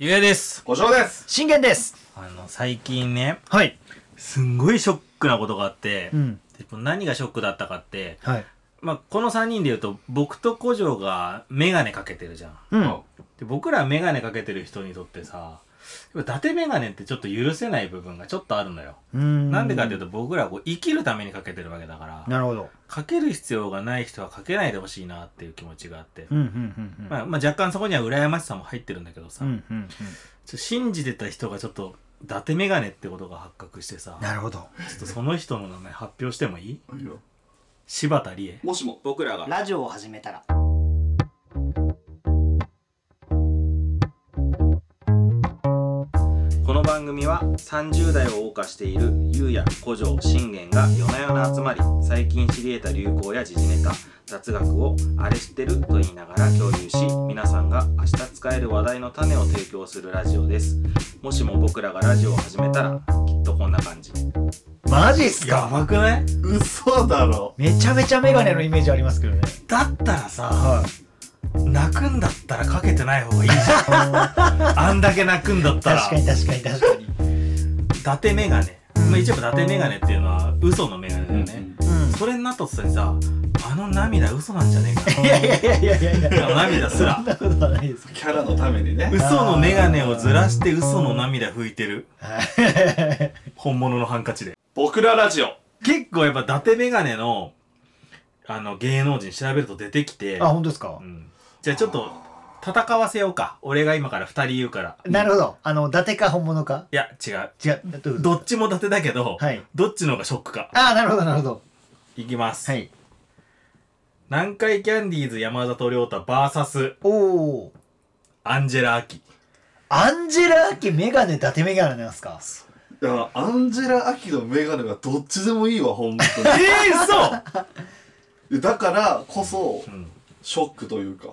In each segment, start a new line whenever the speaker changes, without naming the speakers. ゆうやです。
故障です
信玄です。
あの、最近ね、
はい。
すんごいショックなことがあって、
うん。
で何がショックだったかって、
はい。
まあ、この3人で言うと、僕と古城がメガネかけてるじゃん。
う。
うん
で、僕らメガネかけてる人にとってさ、やっぱ伊達メガネってちょっと許せない部分がちょっとあるのよ。
うん
なんでかっていうと、僕らはこう生きるためにかけてるわけだから、
なるほど。
かける必要がない人はかけないでほしいなっていう気持ちがあって、
うん、うん、うん。
まあ、まあ、若干そこには羨ましさも入ってるんだけどさ、
うん、うん、うん。
ちょ信じてた人がちょっと伊達メガネってことが発覚してさ
なるほど。
ちょっとその人の名前発表してもいい
いよ
柴田理恵
もしも
僕らが
ラジオを始めたら
この番組は30代を謳歌しているゆうや古城信玄が夜な夜な集まり最近知り得た流行や時事ネタ雑学をあれ知ってると言いながら共有し皆さんが明日使える話題の種を提供するラジオですもしも僕らがラジオを始めたらきっとこんな感じ
マジっすか
ばくない
嘘だろ
めちゃめちゃメガネのイメージありますけどね。
だったらさ、
は
泣くんだったらかけてない方がいいじゃんあんだけ泣くんだっ
い。
たら
確かに、確かに、確かに。
伊達メガネ、まあ、一応伊達メガネっていうのは嘘のメガネだよね、
う
それになったとにさあの涙嘘なんじゃねえか
ん。いやいやいやいやいやい
なあの
や。
涙す
そ
ら
んなことはないですけ
キャラのためにね
嘘のメガネをずらして嘘の涙拭いてる
ど。はい
本物のハンカチで
僕らラジオ
結構やっぱ伊達メガネのあの芸能人調べると出てきて
あ、本当ですか
うん、じゃあちょっと戦わせようか俺が今から2人言うから
なるほど。あの、伊達か本物か
いや違う
違う。どういうこと
どっちも伊達だけど、
はい
どっちの方がショックか。
あー、なるほど、なるほど。
いきます。
はい。
南海キャンディーズ山里亮太 VS
おー。
アンジェラ・アキ。
アンジェラ・アキメガネ、伊達メガネなんですか
いやアンジェラ・アキのメガネがどっちでもいいわ本
え
当
ー、
にだからこそ
嘘、うん、
ショックというか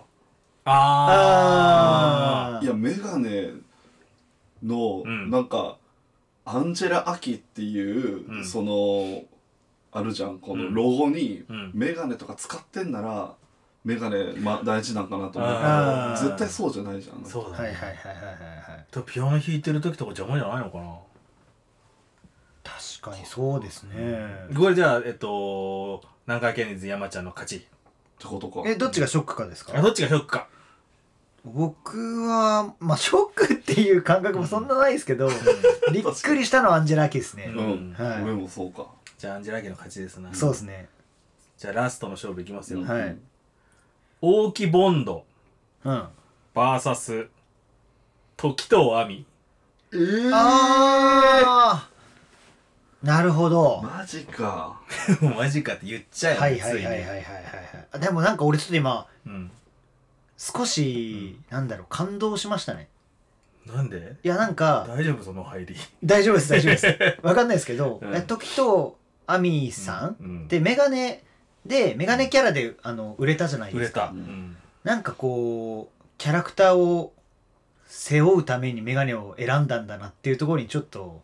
あー。
いやメガネの、
うん
なんかアンジェラ・アキっていう、
うん
そのあるじゃんこ
う
の
ん
ロゴに、
うん
メガネとか使ってんならメガネ、 ま、大事なんかなと思
あ
ー
うけど絶対そうじゃないじゃん
そうだね。
はいはいはいはいはいはい。
とピアノ弾いてる時とか邪魔じゃないのかな
確かにそうですね。
これじゃあ、えっと、南海キャンディーズ山ちゃんの勝ち。
ってことか
え、どっちがショックかです
あ
か
どっちがショックか。
僕は、まあ、ショックっていう感覚もそんなないですけど、びっくりしたのはアンジェラ・アキですね
う。
うん、
ん
はい
俺もそうか
じゃあアンジェラ・アキの勝ちですな。
そうですね。
じゃあラストの勝負いきますよ。
はい
うん
大木ボンド
うん。あ
VS 時藤亜美。
えー、
あーなるほど。は
マジか
マジかって言っちゃ
い
えば
はいはいはいはいはい。はいでもなんか俺ちょっと今、
うん。
少し、なんだろう、感動しましたね。
なんで
いや、なんか、
大丈夫その入り。
大丈夫です、大丈夫です。わかんないですけど、
うん
え時とアミさん、
うん
で、メガネ、で、メガネキャラで、あの、売れたじゃない
売
で
れ
す
た。
か。
う
なんかこうキャラクターを背負うためにメガネを選んだんだなっていうところにちょっと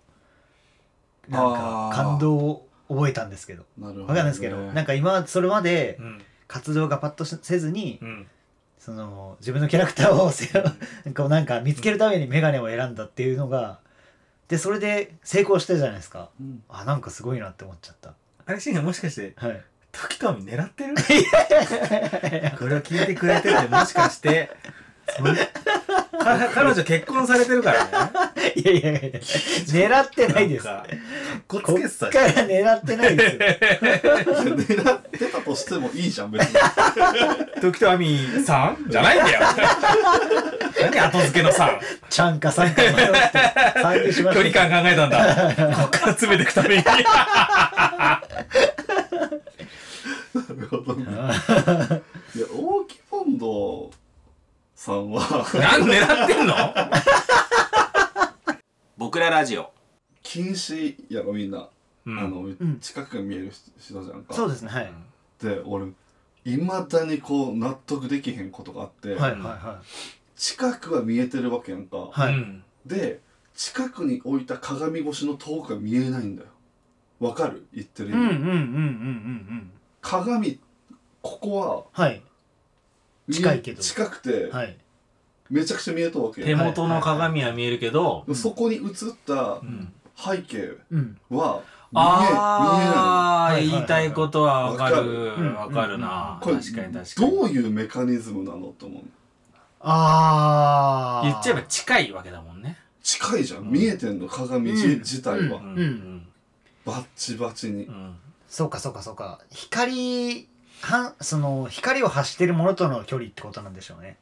なんか
あー
感動を覚えたんですけど
なるほど、ね、
わかんないですけど、なんか今までそれまで
うん。
活動がパッとしせずに、
うん。
その自分のキャラクターを背負うこうなんか見つけるためにメガネを選んだっていうのがでそれで成功したじゃないですか
うん
あなんかすごいなって思っちゃった
あれ、シンガーもしかして、
はい
時とみ狙ってるこれを聞いてくれてて、もしかして、それか彼女結婚されてるからね。
いやいやい やいや狙ってないです
なんかかっこつ
こっ
けてた
か
じゃん
ら狙ってないですよ
狙ってたとしてもいいじゃ ん別に
時とあみさんじゃないんだよ。何後付けのさん。
ちゃんか3か迷って3にし
距
ま
離
した
感考えたんだ。こっから詰めていくために。
なるほどねいや大木ポンドさんは
何狙ってんの僕らラジオ。
禁止やろみんな、
うん
あの
ん
近く見える人じゃんか
そうですねはい、
で俺いまだにこう納得できへんことがあって、
はいはいは
近くは見えてるわけやんか、
いはい、
うん
で近くに置いた鏡越しの遠くが見えないんだよわかる言ってる意
うん
味、
うんうんうんうんうん
鏡ここは
はい
見え
近いけど
近くて、
はい
めちゃくちゃ見えたわけ
手
よ
元の鏡は見えるけど、
そこに映った
うん、
背景
うん
は見え
ああ、
見えない
言いたいことはわかる
うん
わかるな、
見えない
確かに確か
これ
に
どういうメカニズムなのと思う
ああ
言っちゃえば近いわけだもんね、
近いじゃん、
うん
見えてんの鏡じ、
うん
自体は、
う
うんん
バッチバチに
うんうん
そうかそうかそうか光はんその光を発してるものとの距離ってことなんでしょうね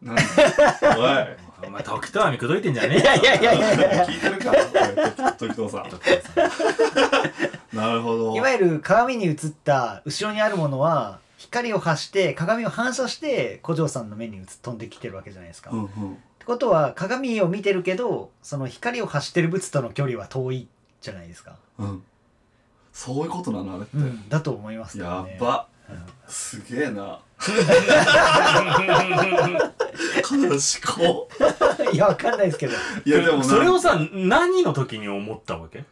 なんだお い
お前時とは見くどいてんじゃ
い
ねえ
やいやいやいやいや
聞いてるか 時藤さんなるほど
いわゆる鏡に映った後ろにあるものは光を発して鏡を反射して古城さんの目に映っ飛んできてるわけじゃないですか、
うん
っ
うん
てことは鏡を見てるけどその光を発してる物との距離は遠いじゃないですか、
うんそういうことなのあれって、
うん、だと思いますけど
や
ね
ば
うん
すげえな
よ
悲しこ
いやわかん ないですけど
いやでもな
それをさ何の時に思ったわけ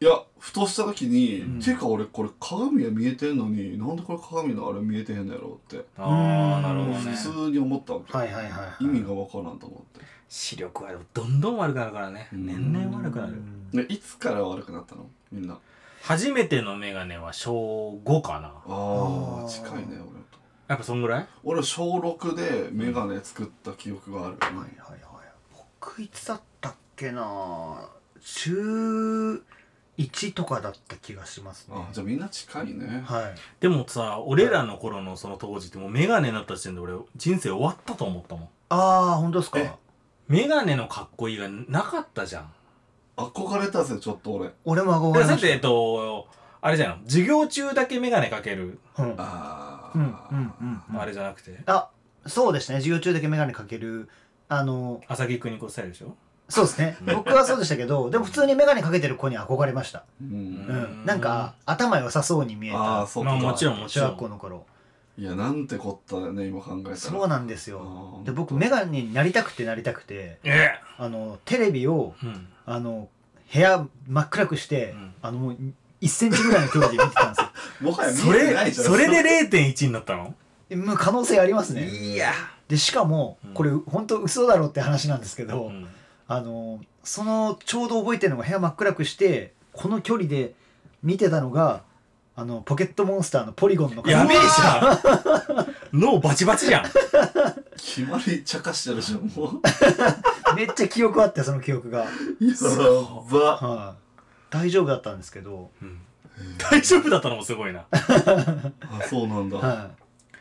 いやふとした時に、
うん
ていうか俺これ鏡は見えてんのになんでこれ鏡のあれ見えてへんのやろうって、
ああなるほどね
普通に思ったわけ、
はいはいはいはい
意味がわからんと思って
視力はどんどん悪くなるからね
うん
年々悪くなる
うん
ね、いつから悪くなったのみんな
初めてのメガネは小5かな
あ
あー
ー近いね俺と
やっぱそんぐらい
俺小6で眼鏡作った記憶がある、
はいはいはい僕いつだったっけな中1とかだった気がしますね
あじゃあみんな近いね
はい
でもさ俺らの頃のその当時ってもうメガネになった時点で俺人生終わったと思ったもん
ああ本当ですか
え
メガネのかっこいいがなかったじゃん
憧れたぜちょっと俺
俺も
だか
憧れ
らさ
ま
てえっ
し
とあれじゃん授業中だけメガネかける
たうんあ
あ
うん
あ、
うんうん
あれじゃなくて
そうですね授業中だけ眼鏡かけるあの
浅木邦子スタイルでしょ
そうですね僕はそうでしたけどでも普通に眼鏡かけてる子に憧れました
うん
う
うん
んなんか頭良さそうに見え
ああ
た
そう
ま
か、
あもちろんもち
中
ろん
学校の頃
いやなんてこったね今考えたら
そうなんです
あ
よ
ー
で僕眼鏡になりたくてなりたくて
え
あのテレビを
えうん
あの部屋真っ暗くして、
うん
あのもう1センチぐらいの距離で見てたんですよ
もはや見
そ
えてな
れ
いじゃん
それで0.1になったの
でもう可能性ありますね
いや
でしかも
うん
これ本当嘘だろって話なんですけど、
うん
あのそのちょうど覚えてるのが部屋真っ暗くしてこの距離で見てたのがあのポケットモンスターのポリゴンの
やべえ
うわ
じゃん脳バチバチじゃん
決まり茶化してるじゃんも
ーめっちゃ記憶あってその記憶が、
うやば
はい大丈夫だったんですけど、
大丈夫だったのもすごいな
あ そうなんだ、
は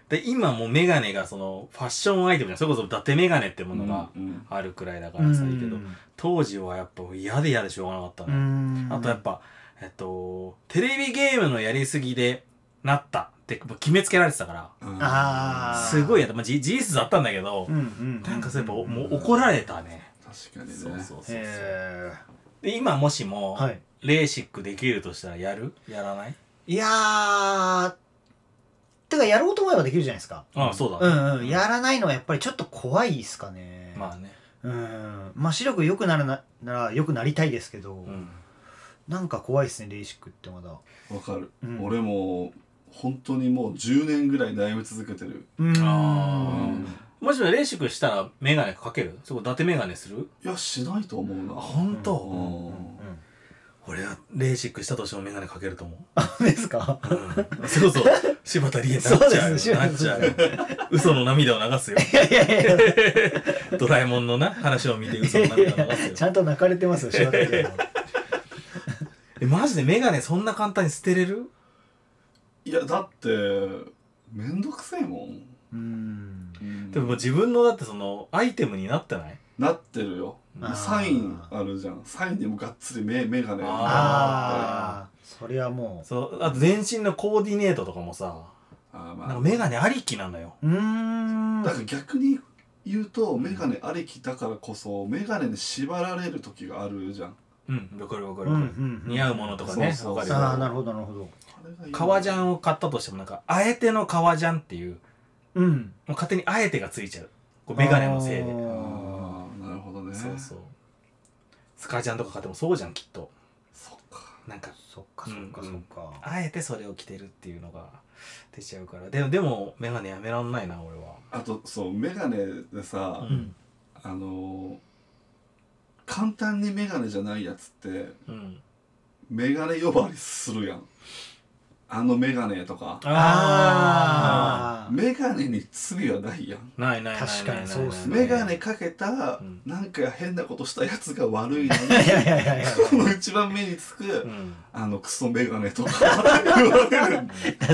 で今もうメガネがそのファッションアイテムじゃんそれこそ伊達メガネってものが
うんうん
あるくらいだ
い、
からさいいけ
う
ど
ん
当時はやっぱ嫌で嫌でしょうがなかった
う
ね
ん
あとやっぱえっとテレビゲームのやりすぎでなったってもう決めつけられてたから
うん
あー
すごいやった、まあ、じ事実だったんだけど
うんうん
なんかそうやっぱ
ん
もう怒られたね
確かにね
そうそうそうそう
へ
で今もしも、
ーはい
レーシックできるとしたらやるやらない
いやーてかやろうと思えばできるじゃないですか
ああそう
う
だね、
んうんやらないのはやっぱりちょっと怖いですかね
まあね
うんまあ視力良くなるななら良くなりたいですけど、
うん
なんか怖いですねレーシックってまだ、
わかる、
うん、
俺も本当にもう10年ぐらい悩み続けてる、
うん
あ
うん
もしもレーシックしたらメガネかけるそこ伊達メガネする
いやしないと思うな
あ本当、
う
うんん
俺はレーシックしたとしてもメガネかけると思う
うん、ですか
うんそれこそ柴田理恵になっちゃうよ
そうですね
なっちゃうよ嘘の涙を流すよ
いやいやいやい
ドラえもんのな話を見て嘘の
やい
涙を流
や
す
ち
よ
ゃんと泣かれてますよ柴田君は
えマジでメガネそんな簡単に捨てれる
いやだってめんどくせえもん、
うん
でももう自分のだってそのアイテムになってない
なってるよ
あー
サインあるじゃんサインでもがっつり目眼鏡あ
ああそれはも
そうあと全身のコーディネートとかもさ
ーま
なんか
あ
メガネありきなんだよ
ううーん
だから逆に言うと眼鏡ありきだからこそ眼鏡に縛られる時があるじゃん
うんわかるわか
うんうんうん
似合うものとかね
そうそう
わかる
あ
よ
あなるほどなるほど
革ジャ
を
ンを買ったとしてもなんかあえての革ジャンっていうも
うん
う勝手にあえてがついちゃうこうメガネのせい
あ
で
ー
ああなるほどね
そうそうスカジャンとか買ってもそうじゃんきっと
そっか
なんか
そっかそっか
うん
そ
うん
っか、
あえてそれを着てるっていうのが出ちゃうからでもでも眼鏡やめらんないな俺は
あとそうメガネでさ、
うん
うん
あのー簡単にメガネじゃないやつって
うん
メガネ呼ばわりするやんあのメガネとか
あー
メガネに罪はないやん
ないないないない
確かにそうっすね
メガネかけた
うん
なんか変なことしたやつが悪 いのに
いやいやいやいや
この一番目につ
う
く
ん
あのクソメガネとか言わ れる
確かに
許
確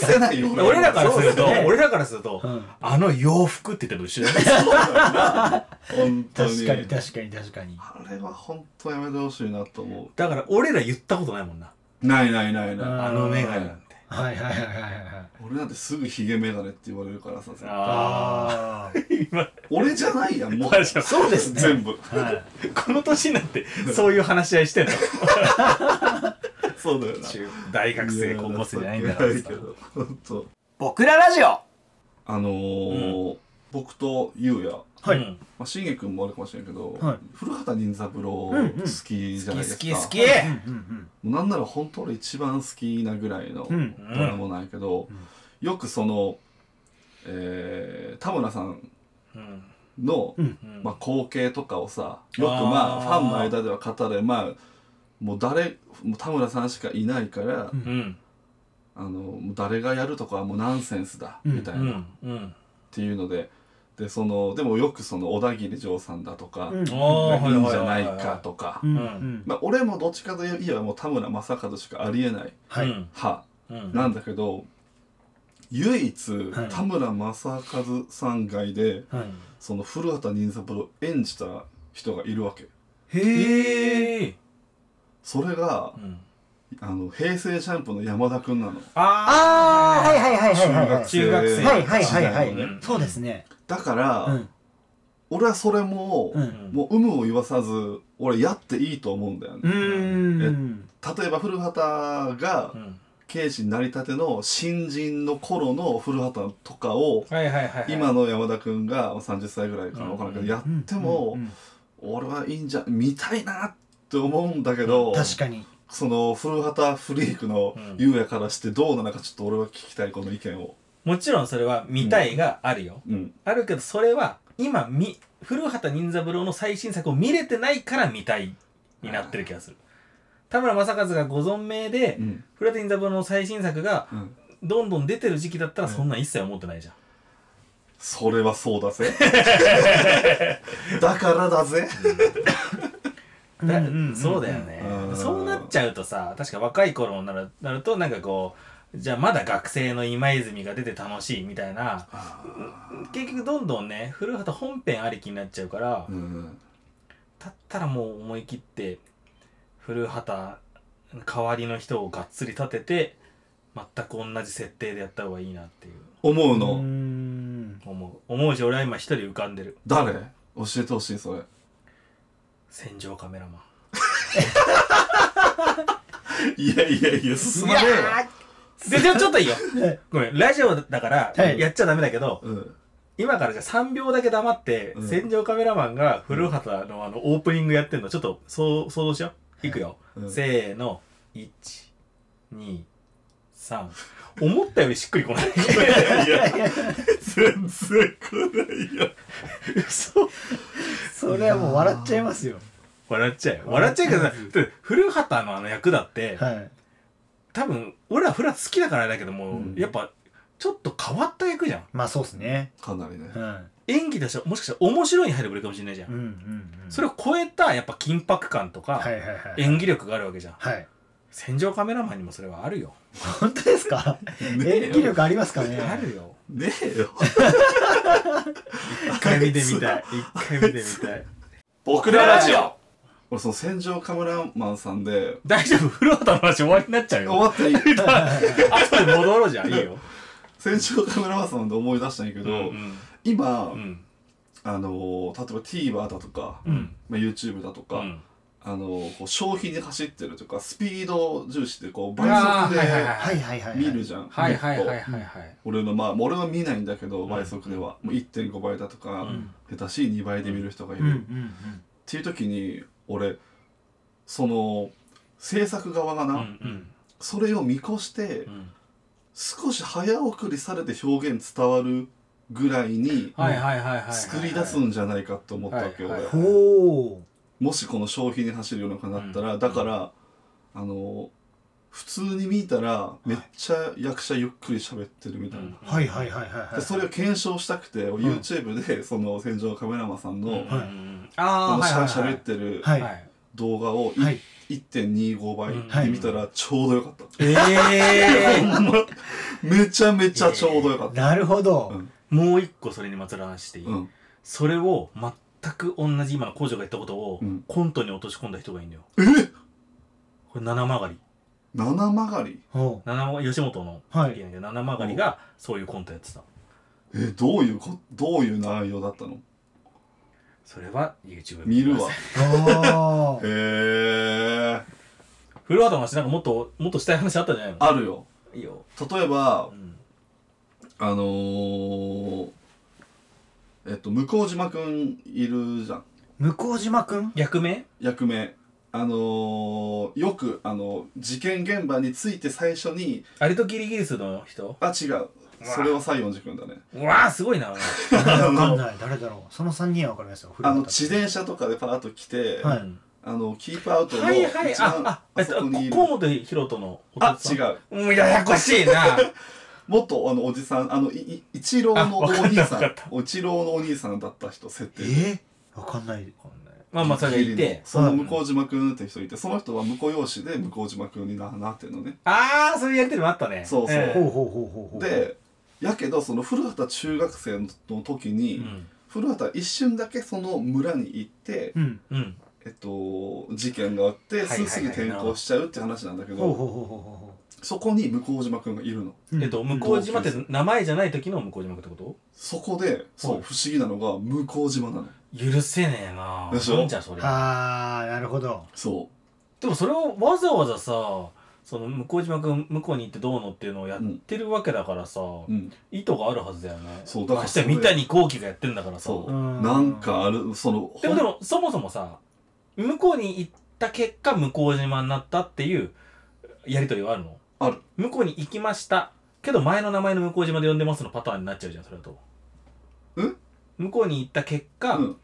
かに
せないよ
俺らからすると、
そうっすね
俺らからすると、
うん
あの洋服って言っても一緒だね
本当に
確かに確かに確かに
あれは本当やめてほしいなと思
だから俺ら言ったことないもんな
うないないないない
あー
あの眼鏡なんて
はいはいはいはいはい
俺なんてすぐヒゲメガネって言われるからさ
あ
俺じゃないやんもう
確かに
そうですね
全部
あはい
この年になってそういう話し合いしてんの
そうだよな
中大学生高校生じゃないんだから
や情けないけど本当
僕らラジオ
あのー僕とゆうや
はい
うん
まあ、信玄君もあるかもしれんけど、
はい
古畑任三郎好
うんうん
きじゃないで
好
すか、
き好き
え
え
え
なんなら本当俺一番好きなぐらいの
う
ド
ん
ラマなんやけど、
うん
よくその、えー田村さん
うん
の、
うん
うん
まあ、光景とかをさよくまあ
あー
ファンの間では語れまあもう誰もう田村さんしかいないから、
うん
うん
あのもう誰がやるとかはもうナンセンスだ、
うん
みたいな、
う
っ
んうん
ていうのででそのでもよくその小田切丈さんだとか、
う
あ
ん
ー
いいんじゃないかとか、
うんう
うん
ん
まあ、俺もどっちかといえばもう田村正和しかありえない
はい
うん
派
うん
なんだけど唯一
はい
田村正和さん外で
はい
その古畑任三郎を演じた人がいるわけ
へえ
ええ
それがあの平成ジャンプの山田君なの
ああはいはいはいはいはい
中学生
はいはいはいは
時代のね
いそうですね
だか
う
ら
ん
俺はそれも
うん
もう有無を言わさず俺やっていいと思うんだよ
う
ね
ーん
例えば古畑が
うん
刑事になりたての新人の頃の古畑とかを
はいはいはいはい
今の山田君が30歳ぐらいかな分からんけどやっても
うん
俺はいいんじゃ見たいなって思うんだけ
う
ど
ん確かに
その古畑フリークの
うん
優也からしてどうなのかちょっと俺は聞きたいこの意見を。
もちろんそれは見たいがあるよ
うん、
あるけどそれは今み古畑任三郎の最新作を見れてないから見たいになってる気がする田村正和がご存命で
うん
古畑任三郎の最新作が
うん
どんどん出てる時期だったらそんなん一切思ってないじゃん
それはそうだぜ だからだぜ
だ
うんうんうん
そうだよね、
うん
そうなっちゃうとさ確か若い頃になるなるとなんかこうじゃあまだ学生の今泉が出て楽しいみたいな結局どんどんね古畑本編ありきになっちゃうから、
うん
だったらもう思い切って古畑代わりの人をがっつり立てて全く同じ設定でやった方がいいなっていう
思う
うー
の
ん
思う思うし俺は今一人浮かんでる
誰教えてほしいそれ
戦場カメラマン
いやいやいや進まねえよ
ででもちょっといいよ
はい
ごめんラジオだから
はい
やっちゃダメだけど、
うん
今からじゃあ3秒だけ黙って、
うん
戦場カメラマンが古畑のあのオープニングやってんのちょっとそう想像しよういくよ、
うん
せーの123思ったよりしっくりこない
いやいや全然来ないよ
嘘
それはもう笑っちゃいますよ
笑っちゃうよ笑っちゃうけどさだって古畑のあの役だって、
はい
多分俺ら古畑好きだからあれだけども、
うん
やっぱちょっと変わった役じゃん
まあそうですね
かなりね
うん
演技としてはもしかしたら面白いに入ればいいかもしれないじゃん、
うんうんうん
それを超えたやっぱ緊迫感とか、
はいはいはい
演技力があるわけじゃん
はい
戦場カメラマンにもそれはあるよ
本当ですか演技力ありますかね
あるよ
ねえよ
一回見てみたい一回見てみたい
僕
らラジオ
俺その戦場カメラマンさんで
大丈夫フロータの 話終わりになっちゃう
終
よ
わっていい
後で戻ろうじゃんいいよ
戦場カメラマンさんで思い出したんやけ
う
ど、
ん
今、
うん
あのー例えば TVer だとか、
うん
まあ、YouTube だと
う
か、
ん
あのーこう消費に走ってるというかスピード重視でこう倍
あ
速
ーはいはいは
で
い
はいはいはいはい
見るじゃん、
はいはいはい
結構
はいはい
俺のまあ俺は見ないんだけど
ん
倍速では、もう1.5倍だとか、
うん
下手しい2倍で見る人がいる、
うんうん
っていう時に俺その制作側がな、
うん
それを見越して
うんうん
少し早送りされて表現伝わるぐらいに
はいはいはいはいはい
作り出すんじゃないかって思ったわけよ
はい
俺
はい
ほ
もしこの消費に走るような感じだったら、
うん
だからあの普通に見たらめっちゃ役者ゆっくり喋ってるみたいな、
うん
うはいはいはいはいは
で
い
それを検証したくて、俺
うん
YouTube でその戦場カメラマンさんの、
うんうんうんあ
あ
あ
の
はい
しゃ
はい
喋
は
ってる
はい
い
は
はい
動画を
い、はい、
1.25
うん
倍
はい
で見たらちょうどよかった、
ええ
ほんま めちゃめちゃちょうどよかっ
ー、
た、
なるほど、
うん
もう一個それにまつわる話していい
うん
それを全く同じ今の工場が言ったことを
うん
コントに落とし込んだ人がいるんだよ
え
これ七曲り
七曲がり
ほ
七曲吉本の
うは
家
い
なんで七曲りがそういうコントやってた
えどういうこどういう内容だったの
それは YouTube
見るわ
お
へ
ー
え
フルワードの話なんかもっともっとしたい話あったんじゃないの
あるよ
いいよ
例えば
うん
あのー、えっと向島くんいるじゃん
向島くん
役名
役名あのー、よくあの事件現場について最初に
あれとキリギリスの人
あ違うそれは西園寺君だね
うわあすごいな
誰だわかんない誰だろうその三人はわかりますよ
あの自転車とかでパーッと来て、
はい
うん
あのキープアウトの
はいはい
一番
ああえっと
そこにいる
河本ヒロトの
あ
弟さ
違
ん
う
うんややこしいな
もっとあのおじさんあのいい一郎のお兄
あわか
さ
ったわかった
んお一郎のお兄さんだった人設定
えー、わかんない
まあまあそれがいて
その向島くんって人いてその人は婿養子で向島くんにななってるのね
ああそういうやりとりもあったね
そうそう
え
ほうほうほうほうほう
でやけどその古畑中学生の時に、
えうん
古畑一瞬だけその村に行って、
うん
うん
えっと、事件があって
はいはいはい
すすぐ転校しちゃうって話なんだけど、
ほうほうほうほうほうほ
そこに向島くんがいるの
ううん
えっと向島って名前じゃない時の向島ってこと
そこでそう、
はい
不思議なのが向島なの
許せねえな
でしょ
なんじゃそれ
ああなるほど
そ
でもそれをわざわざさその向島君向こうに行ってどうのっていうのをやってるわけだからさ、
う、うん、
意図があるはずだよね
そうだから
まして
それ
三谷幸喜がやってんだからさ
そ
う
う、
ん
なんかあるその
でもで
ほん
もそもそもさ向こうに行った結果向島になったっていうやりとりはあるの
ある
向こうに行きましたけど前の名前の向島で呼んでますのパターンになっちゃうじゃんそれだと
ん
向こうに行った結果、
うん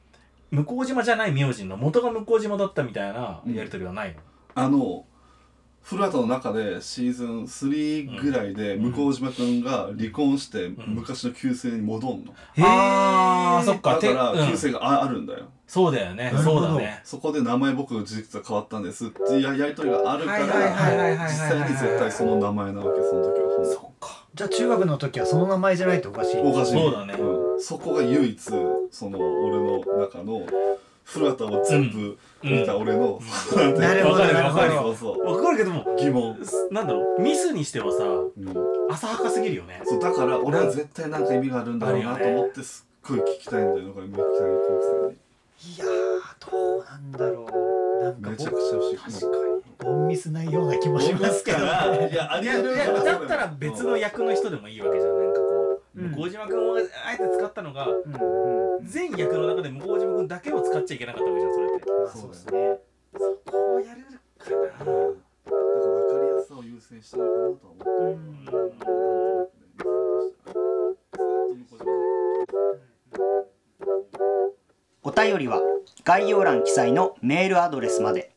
向島じゃない名字の元が向島だったみたいなやりとりはないの、
あの古畑の中でシーズン3ぐらいで
うん
向島くんが離婚して
ん
昔の旧姓に戻んの、
へー
あーそっか
だから
てうん
旧姓がああるんだよ
そうだよね
なる
そ
ほ
う
ど
だね
そこで名前僕実は変わったんですっていうややり取りがあるか
はいはいはいはいはいはい
ら実際に絶対その名前なわけその時は
そっ
ほん
か
じゃあ中学の時はその名前じゃないとおかしい
おかしい
そうだね
んそこが唯一その俺の中の古畑を全部見た俺の、
なるほど
わかる
なるほど
そうそう
わかるけども
疑問、
すなんだろうミスにしてはさ
うん、
浅はかすぎるよね
そうだから俺は絶対なんか意味があるんだろうなと思ってすっごい聞きたいんだよねこれ北谷幸
いやーどうなんだろうなん
喜さ
か
んにめちゃ
ボ
くちゃ不思議
ボンミスないような気もしますけどね
いやあ
い
り
や
え
い
る
やだったら別の役の人でもいいわけじゃんなんかこう
うん
向島君をあえて使ったのが
うんうん
全役の中で向島君だけを使っちゃいけなかったわけじゃんそれって
まあそうですね
そこをやれるか
だから分かりやすさを優先したのかなとは思って
うん
お便りは概要欄記載のメールアドレスまで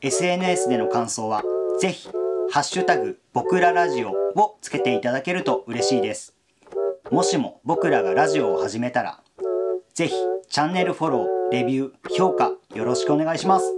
SNS での感想はぜひ「ハッシュタグ僕らラジオ」をつけていただけると嬉しいですもしも僕らがラジオを始めたらぜひチャンネルフォローレビュー評価よろしくお願いします